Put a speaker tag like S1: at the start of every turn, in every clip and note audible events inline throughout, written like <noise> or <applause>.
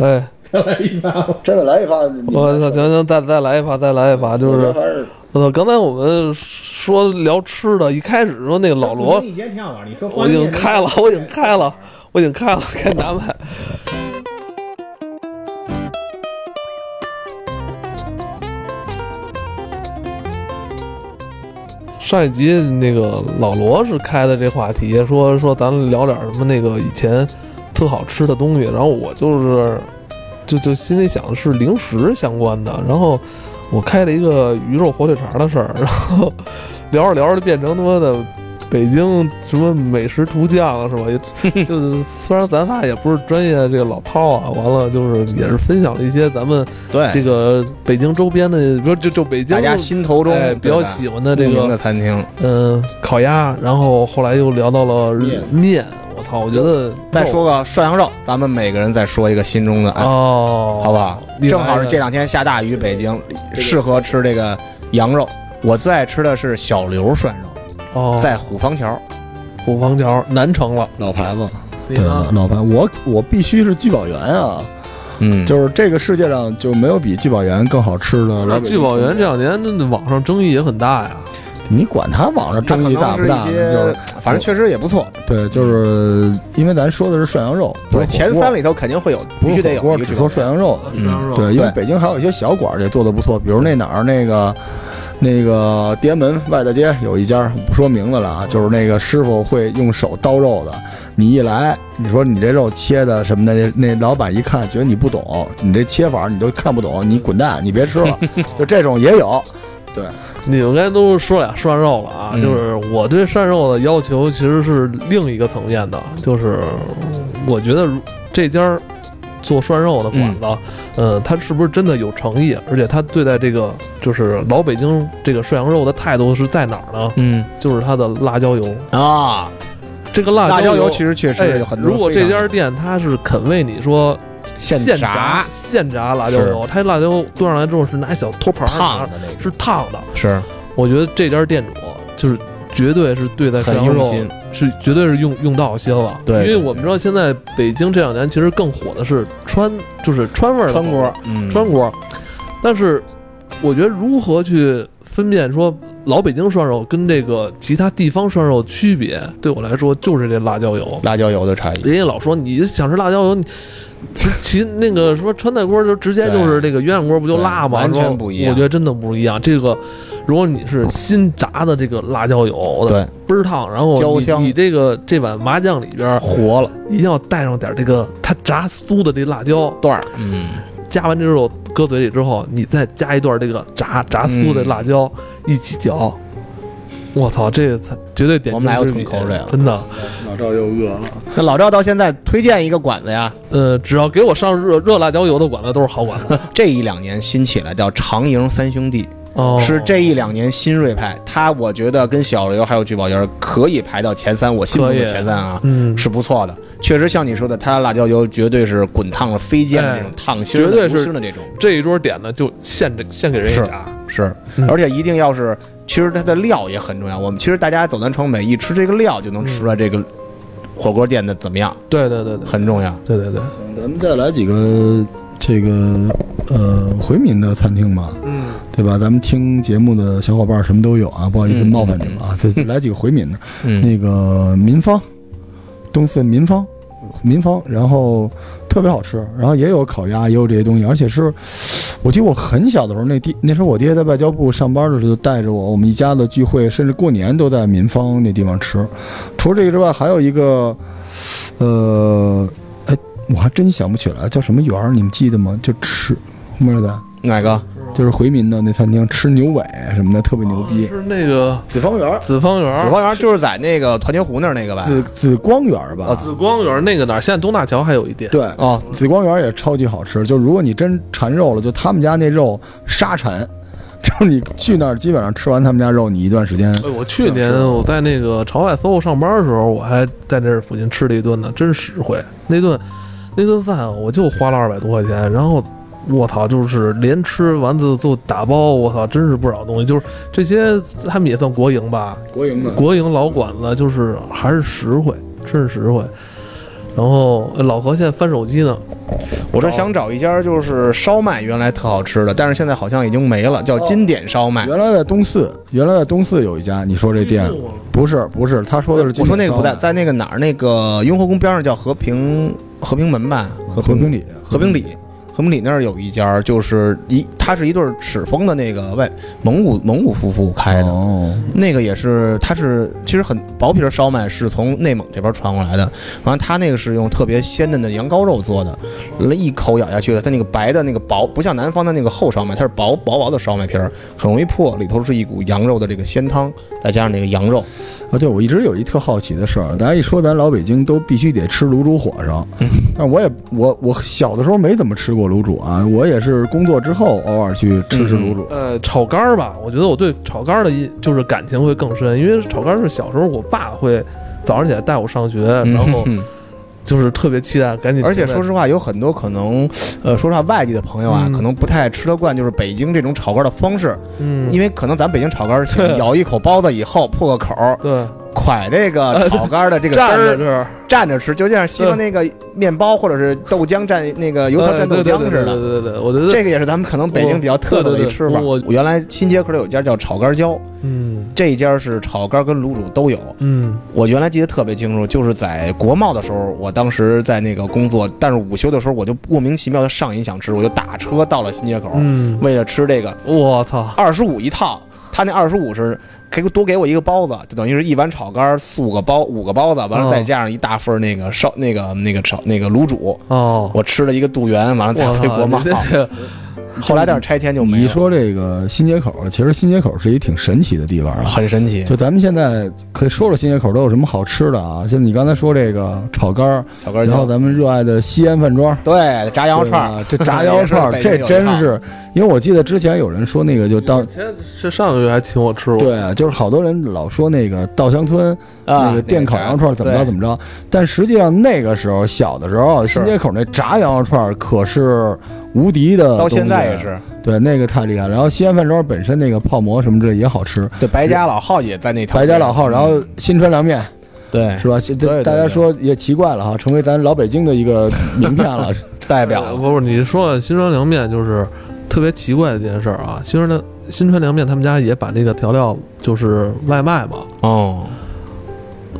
S1: 哎，
S2: 再
S1: <laughs>
S2: 来一发吧。
S3: 真的来一发，你
S1: 我操，行行，再再来一发，再来一发，就
S3: 我
S1: 是
S3: 这还是
S1: 我操，刚才我们说聊吃的，一开始说那个老罗
S2: 你以前挺好玩儿，你说
S1: 我已经开了，我已经开了，我已经开了，该拿买。上一集那个老罗是开的这话题，说说咱聊点什么那个以前特好吃的东西，然后我就是就就心里想的是零食相关的，然后我开了一个鱼肉火腿肠的事儿，然后 <laughs> 聊着聊着就变成他妈的北京什么美食图鉴了是吧？ <laughs> 也就是虽然咱仨也不是专业这个老饕啊，完了就是也是分享了一些咱们这
S4: 对，
S1: 个北京周边的，不是就就北京
S4: 哎大家心头中
S1: 哎比较喜欢的这
S4: 名的
S1: 个
S4: 餐厅，
S1: 嗯烤鸭，然后后来又聊到了
S2: 面
S1: 面，我操，我觉得
S4: 再说个涮羊肉，咱们每个人再说一个心中的爱，
S1: 哦，
S4: 好不好？
S1: 另外
S4: 正好是这两天下大雨，北京适合吃这个羊肉。我最爱吃的是小刘涮肉，
S1: 哦，
S4: 在虎坊桥。
S1: 虎坊桥南城了，
S3: 老牌子，
S2: 你
S3: 对老
S2: 呢？
S3: 老牌子，我我必须是聚宝源啊！
S4: 嗯，啊
S3: 就是这个世界上就没有比聚宝源更好吃的
S1: 那
S3: 了。
S1: 聚啊宝源这两年那网上争议也很大呀，
S3: 你管它网上
S4: 它可
S3: 争议
S4: 能
S3: 大不
S4: 是一
S3: 大呢，
S4: 些
S3: 就是
S4: 反正确实也不错。
S3: 对，就是因为咱说的是涮羊肉，不
S4: 对，
S3: 是
S4: 前三里头肯定会有，
S3: 火锅
S4: 必须得有
S3: 不
S4: 一个聚
S3: 是火锅，只
S4: 宝
S3: 说
S4: 源
S3: 涮羊
S4: 嗯
S3: 肉。对，因为
S4: 对
S3: 北京还有一些小馆儿也做的不错，比如那哪儿那个那个天安门外大街有一家，不说名字了啊，就是那个师傅会用手刀肉的。你一来，你说你这肉切的什么的，那那老板一看觉得你不懂，你这切法你都看不懂，你滚蛋，你别吃
S4: <laughs>
S3: 了。就这种也有，对，
S1: 你们刚才都说俩涮肉了啊，
S4: 嗯
S1: 就是我对涮肉的要求其实是另一个层面的，就是我觉得如这家儿做涮肉的馆子，
S4: 嗯
S1: 呃，他是不是真的有诚意？而且他对待这个就是老北京这个涮羊肉的态度是在哪儿呢？
S4: 嗯
S1: 就是它的辣椒油，
S4: 啊，
S1: 这个辣
S4: 辣椒
S1: 椒
S4: 油其实确实
S1: 哎
S4: 有很，多。
S1: 如果这家店它是肯为你说
S4: 现
S1: 现
S4: 炸
S1: 现炸辣椒油，它辣椒油端上来之后是拿一小托盘儿拿
S4: 烫的那个
S1: 是烫的。
S4: 是
S1: 我觉得这家店主就是绝对是对待
S4: 很
S1: 涮羊
S4: 用
S1: 肉
S4: 心
S1: 是绝对是用用到心了。
S4: 对
S1: 因为
S4: 对
S1: 我们知道现在北京这两年其实更火的是川，就是川味儿的
S4: 川
S1: 火
S4: 锅
S1: 锅，
S4: 嗯，
S1: 川锅。但是我觉得如何去分辨说老北京涮肉跟这个其他地方涮肉区别，对我来说就是这辣椒油。
S4: 辣椒油的差异。
S1: 人家老说你想吃辣椒油，你直其那个什么川菜锅就直接就是这个鸳鸯锅不就辣吗？
S4: 对完全
S1: 是吧
S4: 不一样
S1: 我觉得真的不一样。这个如果你是新炸的这个辣椒油，
S4: 对，
S1: 倍儿烫，然后你
S4: 焦香
S1: 你这个这碗麻酱里边
S4: 活了
S1: 一定要带上点这个它炸酥的这辣椒段儿，
S4: 嗯，
S1: 加完这肉搁嘴里之后，你再加一段这个炸炸酥
S4: 嗯
S1: 的辣椒、一起嚼。我操，这才绝对点睛
S4: 我们俩又
S1: 之笔
S4: 吐口水了
S1: 真的。
S3: 老赵又饿了。
S4: 那老赵到现在推荐一个馆子呀，
S1: 呃，只要给我上热热辣椒油的馆子都是好馆子。
S4: 这一两年新起来叫长营三兄弟，
S1: 哦，
S4: 是这一两年新锐派。他我觉得跟小刘还有聚宝源可以排到前三，我心目中
S1: 可
S4: 的
S1: 以
S4: 前三啊，
S1: 嗯，
S4: 是不错的。确实像你说的，他辣椒油绝对是滚烫了、飞溅的
S1: 哎
S4: 这种烫心儿的、
S1: 绝对是
S4: 流心儿的这种，
S1: 这一桌点的就现这现给人家
S3: 啊
S1: 炸，
S4: 是
S1: 嗯，
S4: 而且一定要是，其实它的料也很重要。我们其实大家走南闯北一吃这个料，就能吃出来这个火锅店的怎么样，
S1: 对对对对，
S4: 很重要。
S1: 对对对，
S3: 行，咱们再来几个这个呃回民的餐厅吧。
S1: 嗯，
S3: 对吧？咱们听节目的小伙伴儿什么都有啊，不好意思
S4: 嗯
S3: 冒犯你们
S4: <laughs>
S3: 啊，再、来几个回民的，
S4: 嗯，
S3: 那个民芳，东四民芳，民芳，然后特别好吃，然后也有烤鸭，也有这些东西，而且是，我记得我很小的时候，那地那时候我爹在外交部上班的时候，就带着我，我们一家子聚会，甚至过年都在民芳那地方吃。除了这个之外，还有一个，呃，哎，我还真想不起来叫什么园儿，你们记得吗？就吃，木儿仔。
S4: 哪个？
S3: 就是回民的那餐厅吃牛尾什么的，特别牛逼。
S1: 是那个
S3: 紫芳园、
S1: 紫芳
S3: 啊
S1: 园儿，
S4: 紫光园就是在那个团结湖那儿那个吧？
S3: 紫紫光园儿吧
S1: 啊，？紫光园儿那个哪儿？现在东大桥还有一店，
S3: 对，
S4: 哦，
S3: 紫光园也超级好吃。就如果你真馋肉了，就他们家那肉沙馋，就是你去那儿基本上吃完他们家肉，你一段时间
S1: 哎，我去年我在那个朝外 SOHO 上班的时候，我还在那附近吃了一顿呢，真实惠。那顿那顿饭我就花了二百多块钱，然后我操，就是连吃完就就打包，我操，真是不少东西。就是这些他们也算国营吧，
S3: 国营的
S1: 国营老馆子就是还是实惠，真是实惠。然后呃老何现在翻手机呢，
S4: 我这想找一家就是烧麦，原来特好吃的，但是现在好像已经没了，叫金典烧麦。
S3: 哦原来在东四，原来在东四有一家，你说这
S1: 哎
S3: 店不是不是，他说的是
S4: 我说那个不在，
S3: 在
S4: 在那个哪儿？那个雍和宫边上叫和平和平门吧？和
S3: 和平
S4: 平
S3: 里，
S4: 和平里。和平里那儿有一家，就是一，它是一对儿赤峰的那个外蒙古蒙古夫妇开的，
S3: 哦，
S4: 那个也是，它是其实很薄皮儿烧麦是从内蒙这边传过来的，完了它那个是用特别鲜嫩的羊羔肉做的，一口咬下去的，它那个白的那个薄，不像南方的那个厚烧麦，它是薄薄薄的烧麦皮儿，很容易破，里头是一股羊肉的这个鲜汤，再加上那个羊肉，
S3: 啊，对，我一直有一特好奇的事儿，大家一说咱老北京都必须得吃卤煮火烧，
S4: 嗯
S3: 但是我也我我小的时候没怎么吃过卤煮啊，我也是工作之后偶尔去吃吃卤煮。
S1: 呃，炒肝儿吧，我觉得我对炒肝儿的印就是感情会更深，因为炒肝儿是小时候我爸会早上起来带我上学，然后
S4: 嗯
S1: 就是特别期待赶 <laughs> 紧。
S4: 而且说实话，有很多可能，呃，说实话，外地的朋友啊，
S1: 嗯
S4: 可能不太吃得惯，就是北京这种炒肝的方式，
S1: 嗯，
S4: 因为可能咱北京炒肝喜
S1: <laughs>
S4: 欢
S1: 对
S4: 咬一口包子以后破个口儿，
S1: 对
S4: 蒯这个炒肝的这个汁
S1: 站呃着嗯
S4: 儿
S1: 这儿
S4: 蘸着吃，就像西方那个面包或者是豆浆蘸那个油条蘸豆浆似
S1: 哎对对
S4: 的。
S1: 对对对对，我觉得
S4: 这个也是咱们可能北京比较特色的一吃法。
S1: 我
S4: 我原来新街口有一家叫炒肝椒，
S1: 嗯
S4: 这一家是炒肝跟卤煮都有。
S1: 嗯
S4: 我原来记得特别清楚，就是在国贸的时候，我当时在那个工作，但是午休的时候我就莫名其妙的上瘾想吃，我就打车到了新街口，
S1: 嗯，
S4: 为了吃这个
S1: 我操，
S4: 二十五一套，他那二十五是给多给我一个包子，就等于是一碗炒肝四五个包五个包子，完了
S1: 哦
S4: 再加上一大份儿那个烧那个那个炒那个卤煮，
S1: 哦，
S4: 我吃了一个肚圆，完了再
S1: 我
S4: 回
S1: 操
S4: 国贸
S1: 你。这个
S3: 嗯
S4: 后来但是拆迁就
S3: 你
S4: 没
S3: 一
S4: 了，
S3: 说这个新街口，其实新街口是一挺神奇的地方啊。
S4: 很神奇。
S3: 就咱们现在可以说说新街口都有什么好吃的啊？像你刚才说这个炒肝儿，
S4: 炒肝
S3: 然后
S4: 椒，
S3: 咱们热爱的西安饭庄，
S4: 对，炸羊肉串儿，
S3: 对吧这炸羊肉串儿，
S4: <laughs> 也是北京有
S3: 这
S4: 一
S3: 真
S4: 套
S3: 是，因为我记得之前有人说那个就
S4: <laughs>
S3: 到
S1: 以前这上个月还请我吃过，
S3: 对，啊就是好多人老说那个稻香村
S4: 啊
S3: 那个电烤羊肉串怎么
S4: 对
S3: 着怎么着，但实际上那个时候小的时候，新街口那炸羊肉串可是无敌的，
S4: 到现在也。是。
S3: 对，那个太厉害了。然后西安饭庄本身那个泡馍什么之类也好吃，
S4: 对，白家老号也在那条街。
S3: 白家老号，然后新川
S4: <laughs>
S3: 凉面
S4: 对
S3: 是吧？这
S4: 嗯对对
S3: 大家说也奇怪了哈，成为咱老北京的
S4: <laughs>
S3: 一个名片了。
S4: 代表
S1: 呃不是你说新川凉面就是特别奇怪的一件事儿啊，新川凉新川凉面他们家也把这个调料就是外卖嘛，
S4: 哦，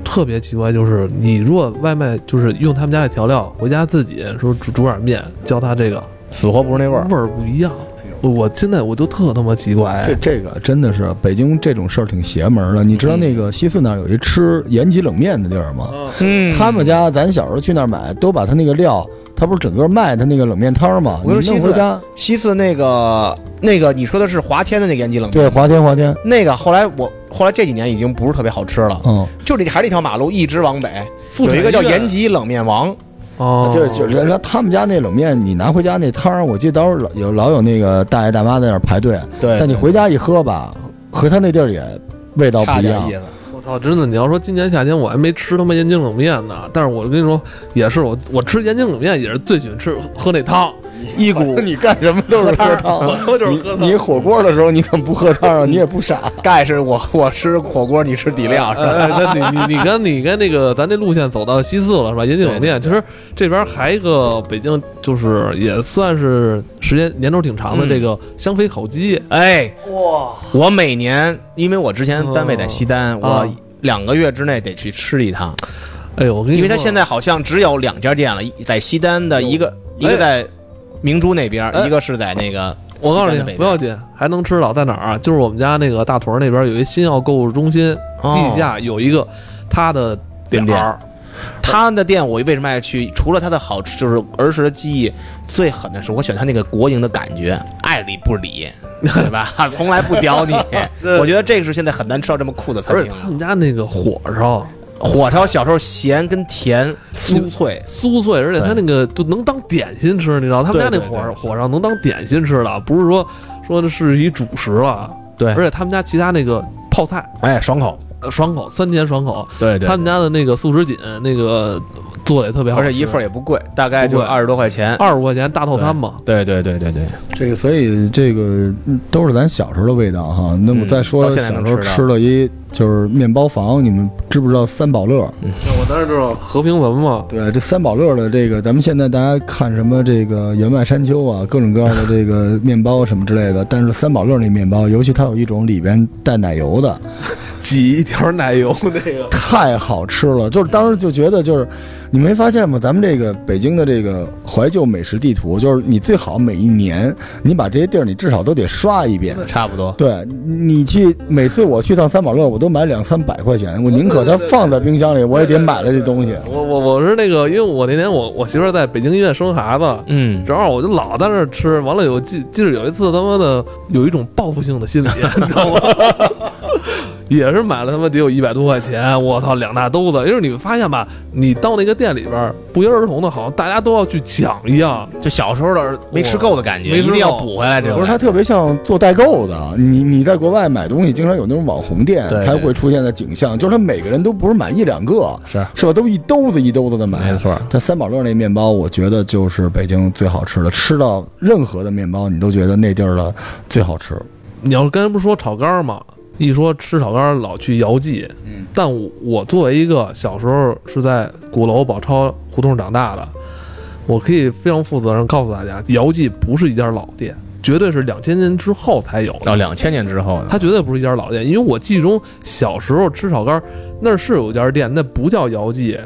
S1: 特别奇怪，就是你如果外卖就是用他们家的调料，回家自己说煮煮点面，教他这个
S4: 死活不是那味儿。哎
S1: 味儿不一样。我我现在我就特他妈奇
S3: 这
S1: 怪，
S3: 这个真的是北京这种事儿挺邪门儿的。你知道那个西四那儿有一吃延吉冷面的地儿吗？
S1: 啊
S4: 嗯
S3: 他们家咱小时候去那儿买，都把他那个料，他不是整个卖他那个冷面摊儿吗？
S4: 我跟你说
S3: 你弄
S4: 西
S3: 回
S4: 四嗯
S3: 家，
S4: 西四那个那个，你说的是华天的那个延吉冷面，
S3: 对，华天华天，
S4: 那个后来我后来这几年已经不是特别好吃了，
S3: 嗯，
S4: 就这还是一条马路一直往北，
S1: 妇
S4: 有
S1: 产
S4: 一个叫
S1: 医院
S4: 延吉啊冷面王，
S1: 哦，
S3: 就就然后他们家那冷面，你拿回家那摊儿，我记得当时老有老有那个大爷大妈在那儿排队，
S4: 对，
S3: 但你回家一喝吧，和他那地儿也味道
S4: 差
S3: 不一
S4: 点
S3: 样
S4: 意。思，
S1: 我操，真的！你要说今年夏天我还没吃他妈延津冷面呢，但是我跟你说，也是我我吃延津冷面也是最喜欢吃喝那汤，一股
S4: 你干什么都是汤儿。 <laughs>
S1: 我喝就是喝汤。
S3: 啊你火锅的时候你怎么不喝汤啊？你也不傻，
S4: 盖是我我吃火锅，你吃底料是吧？
S1: 哎，哎那你你你跟你跟那个咱这路线走到西四了是吧？延津冷面，其实这边还一个北京就是也算是时间年头挺长的
S4: 嗯
S1: 这个香妃烤鸡，
S4: 哎，哇！我每年因为我之前单位在西单，
S1: 哦
S3: 啊
S4: 我两个月之内得去吃一趟，
S1: 哎呦，我跟你说，
S4: 因为它现在好像只有两家店了，一在西单的一个一个在明珠那边，
S1: 哎
S4: 一个是在那个
S1: 我告诉
S4: 西
S1: 你
S4: 单的北边
S1: 不要紧，还能吃到在哪儿啊？就是我们家那个大屯儿那边有一新药购物中心，
S4: 哦
S1: 地下有一个它的点
S4: 分店
S1: 儿。
S4: 他的店我为什么爱去？除了他的好吃，就是儿时的记忆，最狠的是我选他那个国营的感觉，爱理
S1: <laughs>
S4: 不理，对吧？从来不屌你。我觉得这个是现在很难吃到这么酷的餐
S1: 而且
S4: 厅
S1: 他
S4: 了。
S1: 们家那个火烧
S4: 火烧小时候咸跟甜，酥脆，
S1: 酥脆，而且他那个就能当点心吃，你知道他们家那
S4: 对对
S1: 火火烧能当点心吃了，不是说说这是一主食了。
S4: 对
S1: 而且他们家其他那个泡菜
S4: 哎，爽口。
S1: 呃爽口，酸甜爽口。
S4: 对对
S1: 他们家的那个素食锦那个做的也特别好
S4: 而
S1: 吃，
S4: 且一份儿也不贵，大概就
S1: 不贵
S4: 二十多块钱。
S1: 二十块钱大套餐嘛，
S4: 对对对对对，
S3: 这个，所以这个嗯都是咱小时候的味道哈。那我
S4: 嗯
S3: 再说
S4: 到现在
S3: 小
S4: 能
S3: 时候
S4: 吃到
S3: 吃了一就是面包房，你们知不知道三宝乐？
S1: 我当时知道和平门嘛，
S3: 对，这三宝乐的这个，咱们现在大家看什么这个原味山丘啊，各种各样的这个面包什么之类的，但是三宝乐那面包，尤其它有一种里边带奶油的，
S1: <laughs> 挤一条奶油那个，
S3: 太好吃了。就是当时就觉得，就是你没发现吗？咱们这个北京的这个怀旧美食地图，就是你最好每一年你把这些地儿你至少都得刷一遍。
S4: 差不多。
S3: 对你去，每次我去趟三宝乐，我都买两三百块钱，我宁可它放在冰箱里，我也得买了这东西。
S1: 我我我是那个，因为我那年我我媳妇儿在北京医院生孩子。
S4: 嗯，
S1: 然后我就老在那儿吃，完了有记记得有一次他妈的有一种报复性的心理，你知道吗？ <laughs> 也是买了他妈得有一百多块钱，我操，两大兜子。因为你发现吧，你到那个店里边儿，不约而同的，好像大家都要去抢一样。
S4: 就小时候的没吃够的感觉，
S1: 没
S4: 一
S1: 吃
S4: 定要
S1: 够
S4: 补回来。这
S3: 不是，它
S4: 他
S3: 特别像做代购的。你你在国外买东西，经常有那种网红店
S4: 对
S3: 才会出现的景象，就是他每个人都不是买一两个，
S4: 是
S3: 是吧？都一兜子一兜子的买。
S4: 没错。
S3: 但三宝乐那面包，我觉得就是北京最好吃的，吃到任何的面包，你都觉得那地儿的最好吃。
S1: 你要刚才不是说炒肝儿吗？一说吃炒肝儿，老去姚记。
S3: 嗯，
S1: 但我我作为一个小时候是在鼓楼宝钞胡同长大的，我可以非常负责任告诉大家，姚记不是一家老店，绝对是两千年之后才有
S4: 到
S3: 哦
S1: 的。
S4: 两千年之后的，
S1: 它绝对不是一家老店，因为我记忆中小时候吃炒肝儿，那是有一家店，那不叫姚记，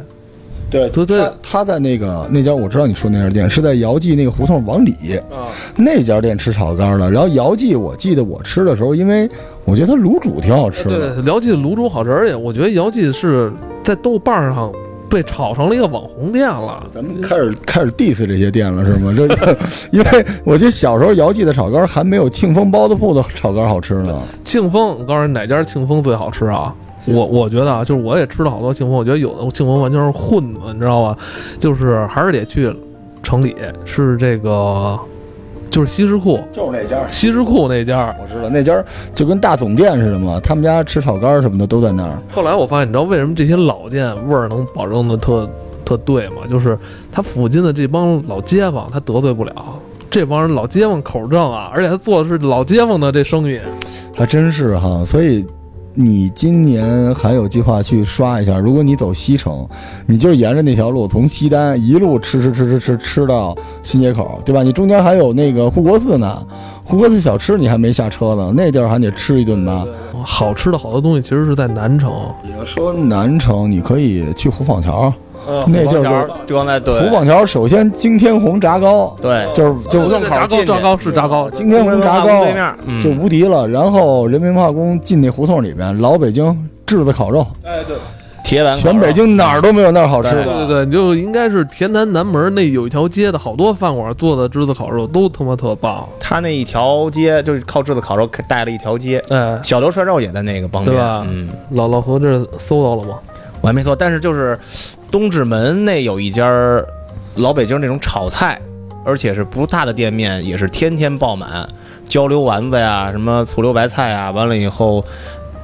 S3: 对
S1: 对对
S3: 他他在那个那家我知道你说那家店是在姚记那个胡同往里
S1: 啊，
S3: 那家店吃炒肝的。然后姚记，我记得我吃的时候，因为我觉得它卤煮挺好吃的。
S1: 对，姚记的卤煮好吃，而且我觉得姚记是在豆瓣上被炒成了一个网红店了。
S3: 咱们开始开始 diss 这些店了是吗？这因为我记得小时候姚记的炒肝还没有庆丰包子铺的炒肝好吃呢。
S1: 庆丰，我告诉你哪家庆丰最好吃啊？
S3: 是
S1: 我我觉得啊，就是我也吃了好多庆丰，我觉得有的庆丰完全是混的，你知道吧？就是还是得去城里，是这个，就是西直库，
S3: 就是那家，
S1: 西直库那家。
S3: 我知道那家就跟大总店似的嘛，他们家吃炒肝什么的都在那儿。
S1: 后来我发现，你知道为什么这些老店味儿能保证的特特对吗？就是他附近的这帮老街坊，他得罪不了。这帮人老街坊口正啊，而且他做的是老街坊的这生意。
S3: 还真是哈，所以你今年还有计划去刷一下。如果你走西城，你就是沿着那条路从西单一路吃吃吃吃吃吃到新街口，对吧？你中间还有那个护国寺呢，护国寺小吃你还没下车呢，那地儿还得吃一顿吧。
S1: 好吃的好多东西其实是在南城，
S3: 你要说南城，你可以去胡坊桥，那地
S4: 黄
S3: 儿
S4: 条
S3: 就是
S4: 就刚才对
S3: 胡坊桥首先惊天红炸糕，
S4: 对，
S3: 就是
S4: 胡
S3: 就
S4: 同口
S1: 哦炸糕，
S4: 进去
S1: 炸糕是炸糕，
S3: 惊天红炸糕
S4: 对面，嗯
S3: 就无敌了。然后人民文化宫进那胡同里边，老北京炙子烤肉，
S1: 哎，对，
S4: 铁板烤肉
S3: 全北京哪儿都没有那儿好吃
S4: 对
S3: 的。
S1: 对对对，你就应该是田南南门那有一条街的好多饭馆做的炙子烤肉都他妈特棒，
S4: 他那一条街就是靠炙子烤肉带了一条街，
S1: 哎，
S4: 小刘涮肉也在那个旁边，
S1: 对吧
S4: 嗯，
S1: 老老何这搜到了吗？
S4: 我还没错，但是就是东直门那有一家儿老北京那种炒菜，而且是不大的店面，也是天天爆满，焦溜丸子呀，什么醋溜白菜啊，完了以后。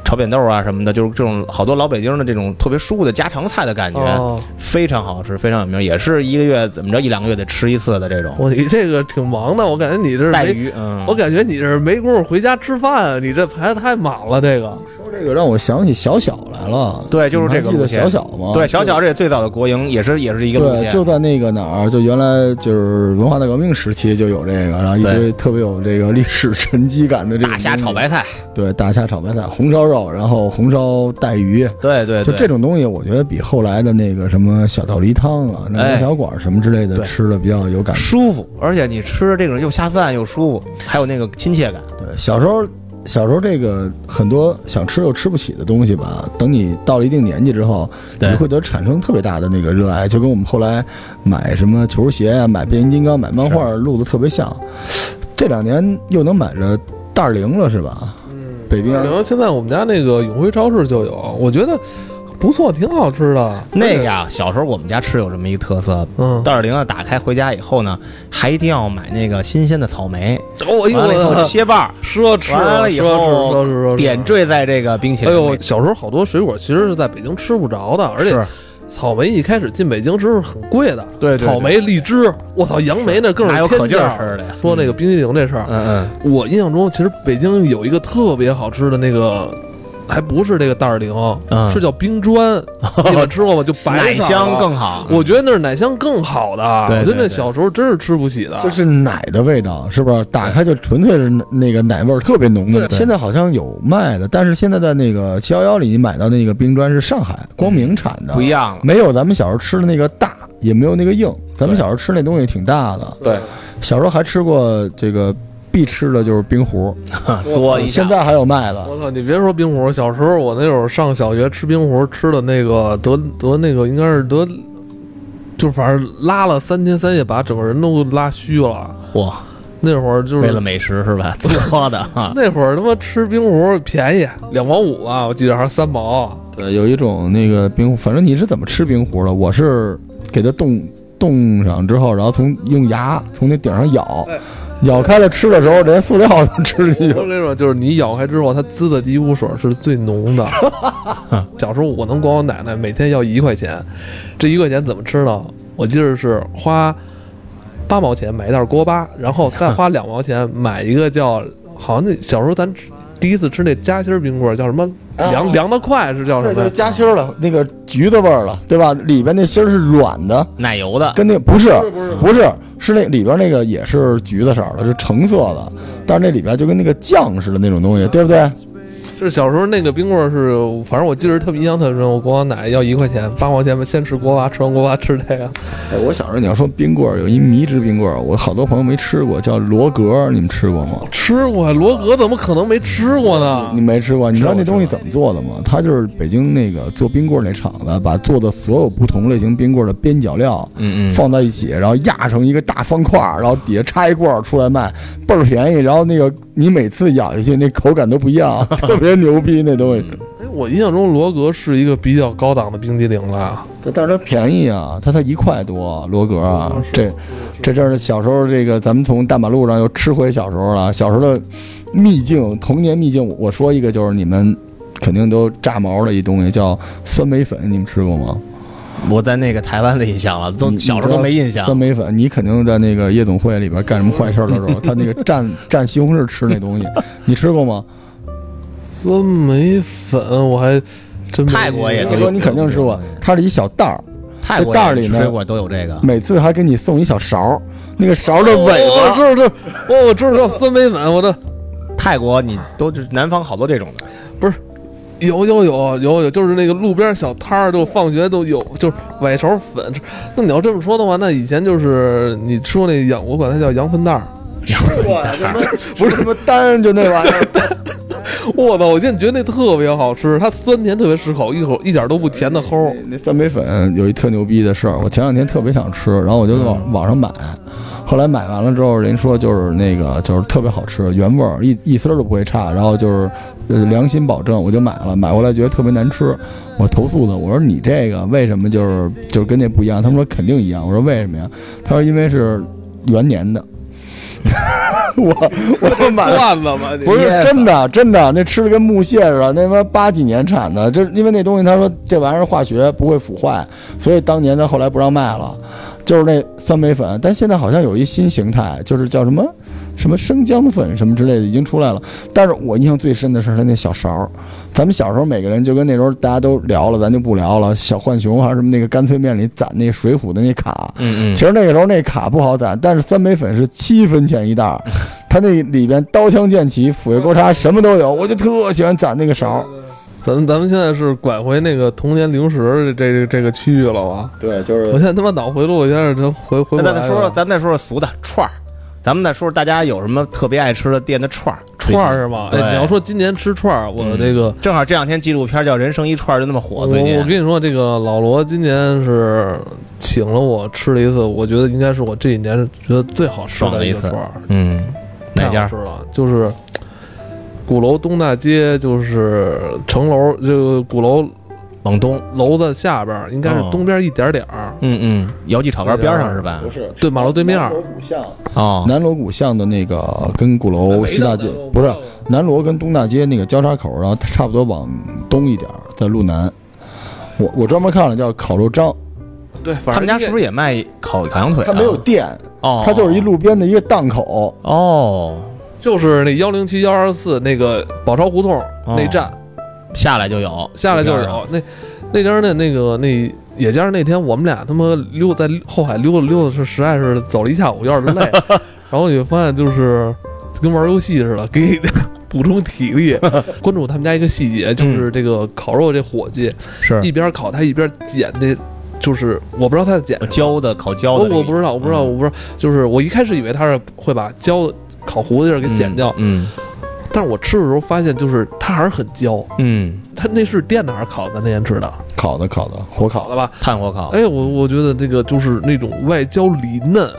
S4: 炒扁豆啊什么的，就是这种好多老北京的这种特别舒服的家常菜的感觉，
S1: 哦，
S4: 非常好吃，非常有名，也是一个月怎么着一两个月得吃一次的这种
S1: 我你这个挺忙的，我感觉你这是
S4: 带
S1: 没，
S4: 鱼。嗯，
S1: 我感觉你这是没工夫回家吃饭啊，你这排的太满了，这个
S3: 说这个让我想起小小来了，
S4: 对就是这个
S3: 你还
S4: 路
S3: 记
S4: 线
S3: 得小小吗？
S4: 对小小这也最早的国营也是也是一个
S3: 就。
S4: 路线
S3: 对，，就在那个哪儿，就原来就是文化大革命时期就有这个，然后一堆
S4: 对
S3: 特别有这个历史沉积感的这种
S4: 大虾
S1: 嗯
S3: 东西
S4: 炒，白菜，
S3: 对，大虾炒白菜、红烧肉，然后红烧带鱼，
S4: 对对
S3: 就
S4: 对，
S3: 这种东西，我觉得比后来的那个什么小料梨汤啊、南
S4: 哎
S3: 洋小馆儿什么之类的
S4: 对
S3: 吃的比较有感觉。
S4: 舒服，而且你吃这种又下饭又舒服，还有那个亲切感。
S3: 对，小时候小时候这个很多想吃又吃不起的东西吧，等你到了一定年纪之后，你
S4: 对
S3: 会得产生特别大的那个热爱，就跟我们后来买什么球鞋啊、买变形金刚、买漫画路子特别像。这两年又能买着袋儿零了是吧？嗯，北冰
S1: 然
S3: 洋
S1: 后现在我们家那个永辉超市就有，我觉得不错，挺好吃的，
S4: 那个呀，小时候我们家吃有这么一特色，
S1: 嗯，
S4: 袋儿零啊，打开回家以后呢，还一定要买那个新鲜的草莓，
S1: 哦，哎呦
S4: 完了以后
S1: 我
S4: 切瓣儿，
S1: 奢侈，
S4: 完了以
S1: 奢侈
S4: 后
S1: 奢侈奢侈奢侈
S4: 点缀在这个冰淇
S1: 哎
S4: 淋
S1: 呦，
S4: 里。
S1: 小时候好多水果其实是在北京吃不着的，而且
S4: 是
S1: 草莓一开始进北京时候是很贵的，
S4: 对对对
S1: 草莓、荔枝，我操，杨梅那更
S4: 哪
S1: 是
S4: 有
S1: 天
S4: 可劲
S1: 价
S4: 儿吃的呀？
S1: 说那个冰激凌这事儿，
S4: 嗯嗯，
S1: 我印象中其实北京有一个特别好吃的那个，还不是这个袋儿零，
S4: 嗯
S1: 是叫冰
S4: <laughs>
S1: 砖，你们吃过吗？就白
S4: 奶
S1: 色的啊
S4: 香。更好。
S1: 我觉得那是奶香更好的，
S4: 对
S1: 我觉得
S4: 对
S1: 那
S4: 对
S1: 小时候真是吃不起
S4: 啊
S1: 的。
S3: 就是奶的味道，是不是？打开就纯粹是那个奶味儿特别浓的。
S4: 对
S3: 现在好像有卖的，但是现在在那个七幺幺里你买到那个冰砖是上海光明产的，
S4: 不一样了。
S3: 没有咱们小时候吃的那个大，也没有那个硬。咱们小时候吃那东西挺大的，
S4: 对，
S3: 小时候还吃过这个必吃的就是
S4: <laughs>
S3: 冰壶，
S4: 嘬一下。
S3: 现在还有卖
S4: 啊
S3: 的。
S1: 我操！你别说冰壶，小时候我那会儿上小学吃冰壶，吃的那个得得那个应该是得，就反正拉了三天三夜，把整个人都拉虚了。
S4: 嚯，
S1: 那会儿就是
S4: 为了美食是吧？嘬的啊，
S1: 那会儿他妈吃冰壶便宜，两毛五吧，我记得还是三毛。
S3: 对，呃有一种那个冰壶，反正你是怎么吃冰壶的？我是给它冻冻上之后，然后从用牙从那顶上咬，咬开了吃的时候，连塑料都吃进去
S1: 我
S3: 了。
S1: 跟你说，就是你咬开之后，它滋的第一股水是最浓的。小时候我能管我奶奶每天要一块钱，这一块钱怎么吃呢？我记得是花八毛钱买一袋锅巴，然后再花两毛钱买一个叫好像那小时候咱吃第一次吃那夹心儿冰棍儿叫什么
S3: 啊
S1: 凉凉的快是叫什
S3: 这
S1: 么
S3: 就是
S1: 呀？
S3: 夹心儿了，那个橘子味儿了，对吧？里边那芯儿是软的，
S4: 奶油的，
S3: 跟那不是
S1: 不是
S3: 不是是那里边那个也是橘子色儿的，是橙色的，
S1: 嗯
S3: 但是那里边就跟那个酱似的那种东西，对不对？
S1: 就是小时候那个冰棍儿是，反正我记得特别印象特别深。我管我奶奶要一块钱，八毛钱先吃锅巴，吃完锅巴吃这个。
S3: 哎，我小时候你要说冰棍儿，有一迷之冰棍儿，我好多朋友没吃过，叫罗格儿，你们吃过吗？
S1: 吃过罗格怎么可能没吃过呢？
S3: 你没吃过？你知道那
S4: 啊吃过
S3: 东西怎么做的吗？它就是北京那个做冰棍儿那厂子，把做的所有不同类型冰棍儿的边角料
S4: 嗯嗯，
S3: 放在一起，然后压成一个大方块儿，然后底下插一罐儿出来卖，倍儿便宜。然后那个你每次咬下去，那口感都不一样， <laughs> 特别牛逼那东西。
S4: 嗯
S1: 哎，我印象中罗格是一个比较高档的冰激凌了。啊
S3: 但是它便宜啊，它才一块多，罗格啊，这这真是小时候这个，咱们从大马路上又吃回小时候了。小时候的秘境，童年秘境，我我说一个就是你们肯定都炸毛的一东西，叫酸梅粉，你们吃过吗？
S4: 我在那个台湾的印象了，都
S3: 你
S4: 小时候都没印
S3: 你知道酸
S4: 象。
S3: 梅粉，你肯定在那个夜总会里边干什么坏事的时候，他那个
S4: <laughs>
S3: 蘸蘸西红柿吃那东西，你吃过吗？
S1: 酸梅粉我还真没
S4: 泰国也
S3: 我
S4: 都
S3: 说
S4: 有
S3: 你肯定吃过，它是一小袋儿，
S4: 泰国
S3: 这袋儿里
S4: 也
S3: 呢
S4: 水果都有这个，
S3: 每次还给你送一小勺儿，那个勺儿的尾
S1: 哦我
S3: 巴。
S4: 哦
S1: 知道知道，哦我我知道叫酸梅粉，我这
S4: 泰国你都就是南方好多这种的，
S1: 不是。有有有有有，就是那个路边小摊儿，就放学都有，就是崴勺粉。那你要这么说的话，那以前就是你吃过那羊，我管它叫羊粪蛋儿。
S3: 我他妈不是什么单，就那
S4: <laughs>
S3: 玩意儿，
S1: 我操！我现在觉得那特别好吃，它酸甜特别适口，一口一点都不甜的齁。
S3: 那酸梅粉有一特牛逼的事儿，我前两天特别想吃，然后我就网网上买，后来买完了之后，人说就是那个就是特别好吃，原味儿一一丝儿都不会差，然后就是呃良心保证，我就买了，买回来觉得特别难吃，我投诉他，我说你这个为什么就是就是跟那不一样？他们说肯定一样，我说为什么呀？他说因为是元年的， <laughs> 我我买了
S1: 段子吧，你
S3: 不是
S4: 噎死
S3: 真的，真的，那吃的跟木屑似的，那他妈八几年产的，这因为那东西他说这玩意儿化学不会腐坏，所以当年他后来不让卖了，就是那酸梅粉，但现在好像有一新形态，就是叫什么什么生姜粉什么之类的已经出来了，但是我印象最深的是他那小勺儿，咱们小时候每个人就跟那时候大家都聊了，咱就不聊了，小浣熊啊还是什么那个干脆面里攒那水浒的那卡，
S4: 嗯
S3: 其实那个时候那卡不好攒，但是酸梅粉是七分钱一
S1: <laughs>
S3: 袋儿，它那里边刀枪剑戟、斧钺钩叉什么都有，我就特喜欢攒那个勺儿。
S1: 咱们咱们现在是拐回那个童年零食这这这个区域了吧？
S3: 对，就
S1: 我现在他妈脑回路一下儿就回回不
S4: 那
S1: 来
S4: 咱再说说，
S1: 了。
S4: 咱再说说俗的串儿，咱们再说说大家有什么特别爱吃的店的串儿。
S1: 串儿是吗？
S4: 对
S1: 哎，你要说今年吃串儿，我这个、
S4: 正好这两天纪录片叫《人生一串》就那么火，
S1: 我
S4: 最
S1: 我
S4: 近
S1: 跟你说，这个老罗今年是请了我吃了一次，我觉得应该是我这几年觉得最好吃
S4: 爽的
S1: 一
S4: 一
S1: 个
S4: 次
S1: 串儿。
S4: 嗯，哪
S1: 太好
S4: 家
S1: 吃？了？就是鼓楼东大街，就是城楼，这个鼓楼
S4: 往东，
S1: 楼的下边儿，应该是
S4: 哦
S1: 东边一点点儿，
S4: 嗯嗯，姚记炒肝边上是吧？
S3: 是
S1: 对马路对面儿。
S3: 古巷，
S4: 哦，
S3: 南锣鼓巷的那个跟鼓楼西大街不是啊南锣跟东大街那个交叉口，然后它差不多往东一点儿，在路南。我我专门看了叫烤肉张，
S1: 对，反正
S4: 他们家
S1: 应该
S4: 是不是也卖烤烤羊腿、啊？
S3: 它没有店，
S4: 哦，
S3: 它就是一路边的一个档口。
S4: 哦，
S1: 就是那幺零七幺二四那个宝钞胡同
S4: 哦
S1: 那站
S4: 下来就有，
S1: 下来就是
S4: 这边啊
S1: 有那那家的那个那也加上那天我们俩他妈溜在后海溜达溜达是实在是走了一下午有点累，
S4: <laughs>
S1: 然后也发现就是就跟玩游戏似的，给 <laughs> 补充体力。
S4: <laughs>
S1: 关注他们家一个细节，就是这个烤肉这伙计、
S4: 嗯是
S1: 一边烤他一边捡那，就是我不知道他在捡什么
S4: 呃焦的烤焦
S1: 我
S4: 的，嗯
S1: 我不知道我不知道我不知道，就是我一开始以为他是会把焦烤糊的地儿给剪掉，
S4: 嗯
S1: 但是我吃的时候发现，就是它还是很焦。
S4: 嗯，
S1: 它那是电的还是烤的？咱那天吃的
S3: 烤的烤的，火烤
S1: 烤
S3: 的。
S1: 的吧？
S4: 炭火烤，
S1: 哎，我我觉得这个就是那种外焦里嫩，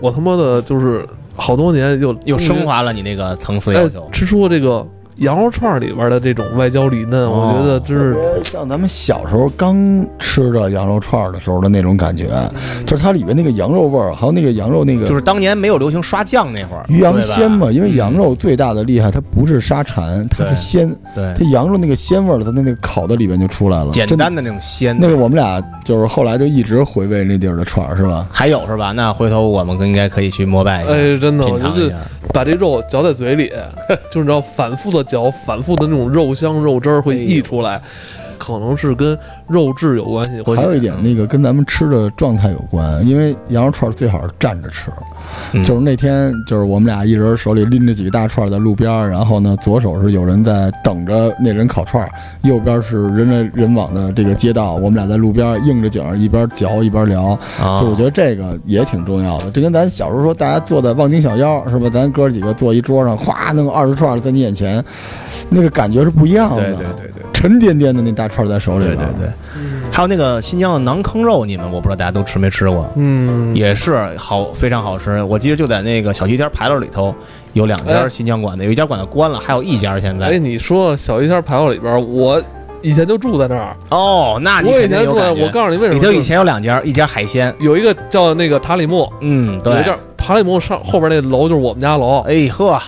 S1: 我他妈的就是好多年又
S4: 又升。华了你那个层次
S1: 哎
S4: 要求，，
S1: 吃出这个羊肉串里边的这种外焦里嫩，我觉得
S4: 哦
S1: 真
S3: 特
S1: 是
S3: 别像咱们小时候刚吃着羊肉串的时候的那种感觉，就是它里边那个羊肉味儿，还有那个羊肉那个
S4: 嗯呃就是当年没有流行刷酱那会儿，
S3: 鱼羊
S4: 对吧
S3: 鲜嘛，因为羊
S4: 嗯
S3: 肉最大的厉害，它不是沙馋，它
S4: 对
S3: 是鲜，
S4: 对
S3: 它羊肉那个鲜味儿，它的那个烤的里边就出来了。
S4: 简
S3: 真的
S4: 单的那种鲜
S3: 那个我们俩就是后来就一直回味那地儿的串儿，是吧？
S4: 还有是吧？那回头我们应该可以去膜拜一下，
S1: 哎，真的，我
S4: 品
S1: 觉
S4: 尝一
S1: 得
S4: 下。
S1: 把这肉嚼在嘴里，
S4: <laughs>
S1: 就是你知道反复的嚼，反复的那种肉香肉汁儿
S4: 哎
S1: 会溢出来，可能是跟肉质有关系。或
S3: 还
S1: 许
S3: 有一点，那个跟咱们吃的状态有关，因为羊肉串儿最好是站着吃。
S4: 嗯
S3: 就是那天，就是我们俩一人手里拎着几个大串儿在路边儿，然后呢，左手是有人在等着那人烤串儿，右边是人来人往的这个街道，我们俩在路边儿应着景儿，一边嚼一边聊。
S4: 啊，
S3: 就我觉得这个也挺重要的，这跟咱小时候说，大家坐在望京小腰是吧？咱哥几个坐一桌上，咵弄二十串儿在你眼前，那个感觉是嗯不一样的。
S4: 对对对对
S3: 沉甸甸的那大串儿在手里
S4: 对
S3: 边，
S4: 对对，还有那个新疆的馕坑肉，你们我不知道大家都吃没吃过，
S1: 嗯，
S4: 也是好非常好吃。我记得就在那个小西天牌楼里头有两家
S1: 哎
S4: 新疆馆子，有一家馆子关了，还有一家现
S1: 哎，
S4: 在。
S1: 你说小鱼仙牌楼里边儿，我以前就住在那儿，
S4: 哦，那你
S1: 我以
S4: 肯定
S1: 前
S4: 有
S1: 住在，
S4: 感觉。
S1: 我告诉你为什
S4: 里
S1: 么
S4: 头
S1: 就
S4: 以
S1: 是
S4: 前有两家，一家海鲜，
S1: 有一个叫那个塔里木，
S4: 嗯，
S1: 有一
S4: 对，
S1: 家塔里木上后边那楼就是我们家楼，
S4: 哎呵，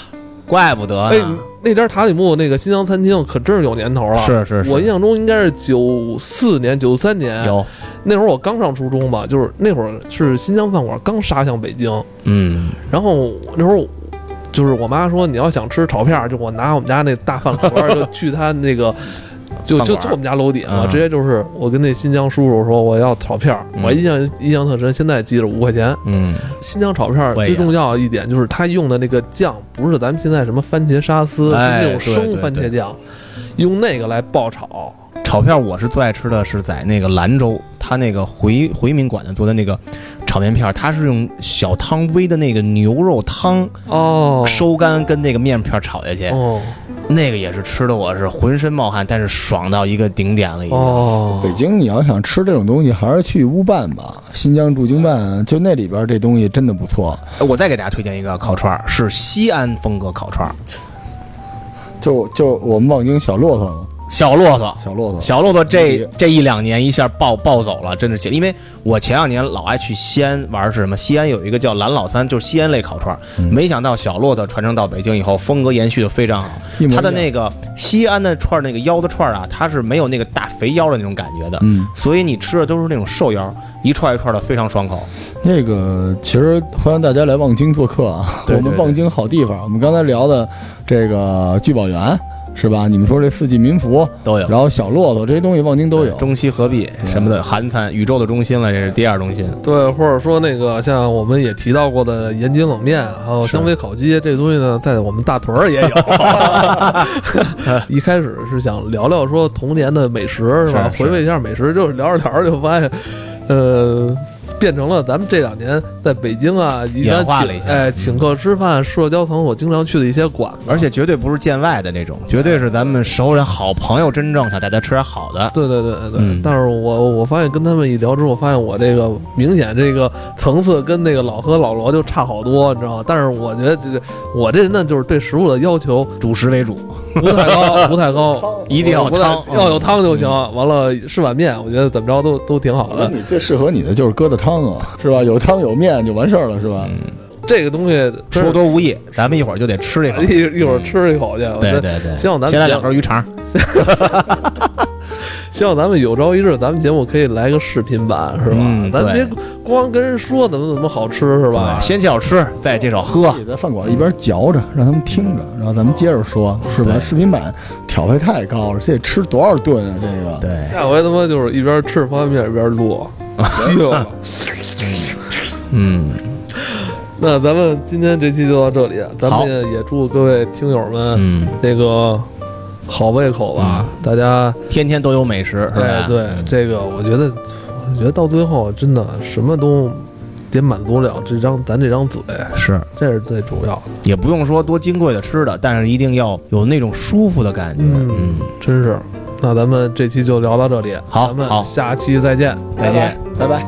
S4: 怪不得
S1: 哎
S4: 呢，，
S1: 那家塔里木那个新疆餐厅可真是有年头了，
S4: 是是是，
S1: 我印象中应该是九四年、九三年，
S4: 有，
S1: 那会儿我刚上初中吧，就是那会儿是新疆饭馆刚杀向北京，
S4: 嗯，
S1: 然后那会儿就是我妈说你要想吃炒片儿，就我拿我们家那大饭盒儿就去她那
S4: <laughs>
S1: 个。就
S4: 饭
S1: 就
S4: 馆儿
S1: 就我们家楼底下嘛，
S4: 嗯
S1: 直接就是我跟那新疆叔叔说我要炒片儿，
S4: 嗯
S1: 我印象印象特深，现在记着五块钱。
S4: 嗯，
S1: 新疆炒片儿
S4: 我也
S1: 最重要一点就是它用的那个酱不是咱们现在什么番茄沙司，是
S4: 哎
S1: 那种
S4: 对
S1: 生
S4: 对
S1: 番
S4: 对
S1: 茄酱，用那个来爆炒。
S4: 炒片我是最爱吃的是在那个兰州，他那个回回民馆子做的那个炒面片儿，它是用小汤煨的那个牛肉汤
S1: 哦，
S4: 收干，跟那个面片儿炒下去，
S1: 哦
S4: 那个也是吃的我是浑身冒汗，但是爽到一个顶点了已经。
S1: 哦，
S3: 北京，你要哎想吃这种东西，还是去乌办吧，新疆驻京办，就那里边这东西真的不错。
S4: 我再给大家推荐一个烤串儿，是西安风格烤串儿，
S3: 就就我们望京小骆驼嘛，
S4: 小骆驼。
S3: 小骆驼，
S4: 哦小骆驼这
S3: 嗯
S4: 这一两年一下暴暴走了，真是气！因为我前两年老爱去西安玩，是什么？西安有一个叫蓝老三，就是西安类烤串儿。
S3: 嗯
S4: 没想到小骆驼传承到北京以后，风格延续的非常好。
S3: 一模一
S4: 它
S3: 样
S4: 的那个西安的串儿，那个腰的串儿啊，它是没有那个大肥腰的那种感觉的，
S3: 嗯，
S4: 所以你吃的都是那种瘦腰，一串一串的，非常爽口。
S3: 那个其实欢迎大家来望京做客啊， <laughs>
S4: 对对
S3: 我们望京好地方。我们刚才聊的这个聚宝园是吧？你们说这四季民福，
S4: 都有
S3: 然后小骆驼这些东西，望京都有。
S4: 中西合璧什么的，韩餐宇宙的中心了，这是第二中心。
S1: 对，或者说那个像我们也提到过的盐津冷面，还有香妃烤鸡这东西呢，在我们大屯儿
S4: <laughs>
S1: 也有。一开始是想聊聊说童年的美食是吧？
S4: 是是
S1: 回味一下美食，就是聊着聊着就发现，呃。变成了咱们这两年在北京啊，一
S4: 演
S1: 般
S4: 化了
S1: 请
S4: 一下
S1: 哎
S4: 嗯
S1: 请客吃饭、社交场所经常去的一些馆子，
S4: 而且绝对不是见外的那种，绝对是咱们熟人、好朋友，真正想带他吃点好的。
S1: 对对对对对，
S4: 嗯
S1: 但是我我发现跟他们一聊之后，发现我这个明显这个层次跟那个老何老罗就差好多，你知道吗？但是我觉得这我这人呢，就是对食物的要求 <laughs>
S4: 主食为主，
S1: 不太
S4: <laughs>
S1: 高，不太高，
S4: 一定要有
S1: 不太
S4: 汤嗯
S1: 要有汤就行。完了是碗面，我觉得怎么着都都挺好
S3: 我说
S4: 嗯
S1: 的。
S3: 你最适合你的就是疙瘩汤啊，是吧？有汤有面就完事儿了，是吧？
S4: 嗯
S1: 这个东西真
S4: 说
S1: 是
S4: 多无益，咱们一会儿就得吃这个。哎
S1: 一一会儿吃一口去，我觉
S4: 对
S1: 得
S4: 对对，
S1: 希望咱们
S4: 先来两根鱼肠，
S1: 希望咱们有朝一日，咱们节目可以来个视频版，是吧？
S4: 嗯
S1: 咱别
S4: 对
S1: 光跟人说怎么怎么好吃，是吧？
S4: 先介绍吃，再介绍喝
S3: 自。己在饭馆一边嚼着，让他们听着，然后咱们接着说，是吧？
S4: 对
S3: 视频版挑费太高了，这得吃多少顿啊？这个，
S4: 对，
S1: 下回他妈就是一边吃着方便面一边
S4: <laughs>
S1: 录，希望。
S4: 嗯
S1: 那咱们今天这期就到这里，咱
S4: 好
S1: 们也祝各位听友们
S4: 嗯，
S1: 这个好胃口吧，大家
S4: 天天都有美食，是
S1: 哎
S4: 吧？嗯
S1: 对这个，我觉得，我觉得到最后真的什么都得满足了这张咱这张嘴，
S4: 是，
S1: 这是最主要的，
S4: 也不用说多金贵的吃的，但是一定要有那种舒服的感觉。
S1: 嗯
S4: 嗯，
S1: 真是。那咱们这期就聊到这里，
S4: 好
S1: 咱们
S4: 好
S1: 下期再见。
S4: 再见。
S3: 拜拜。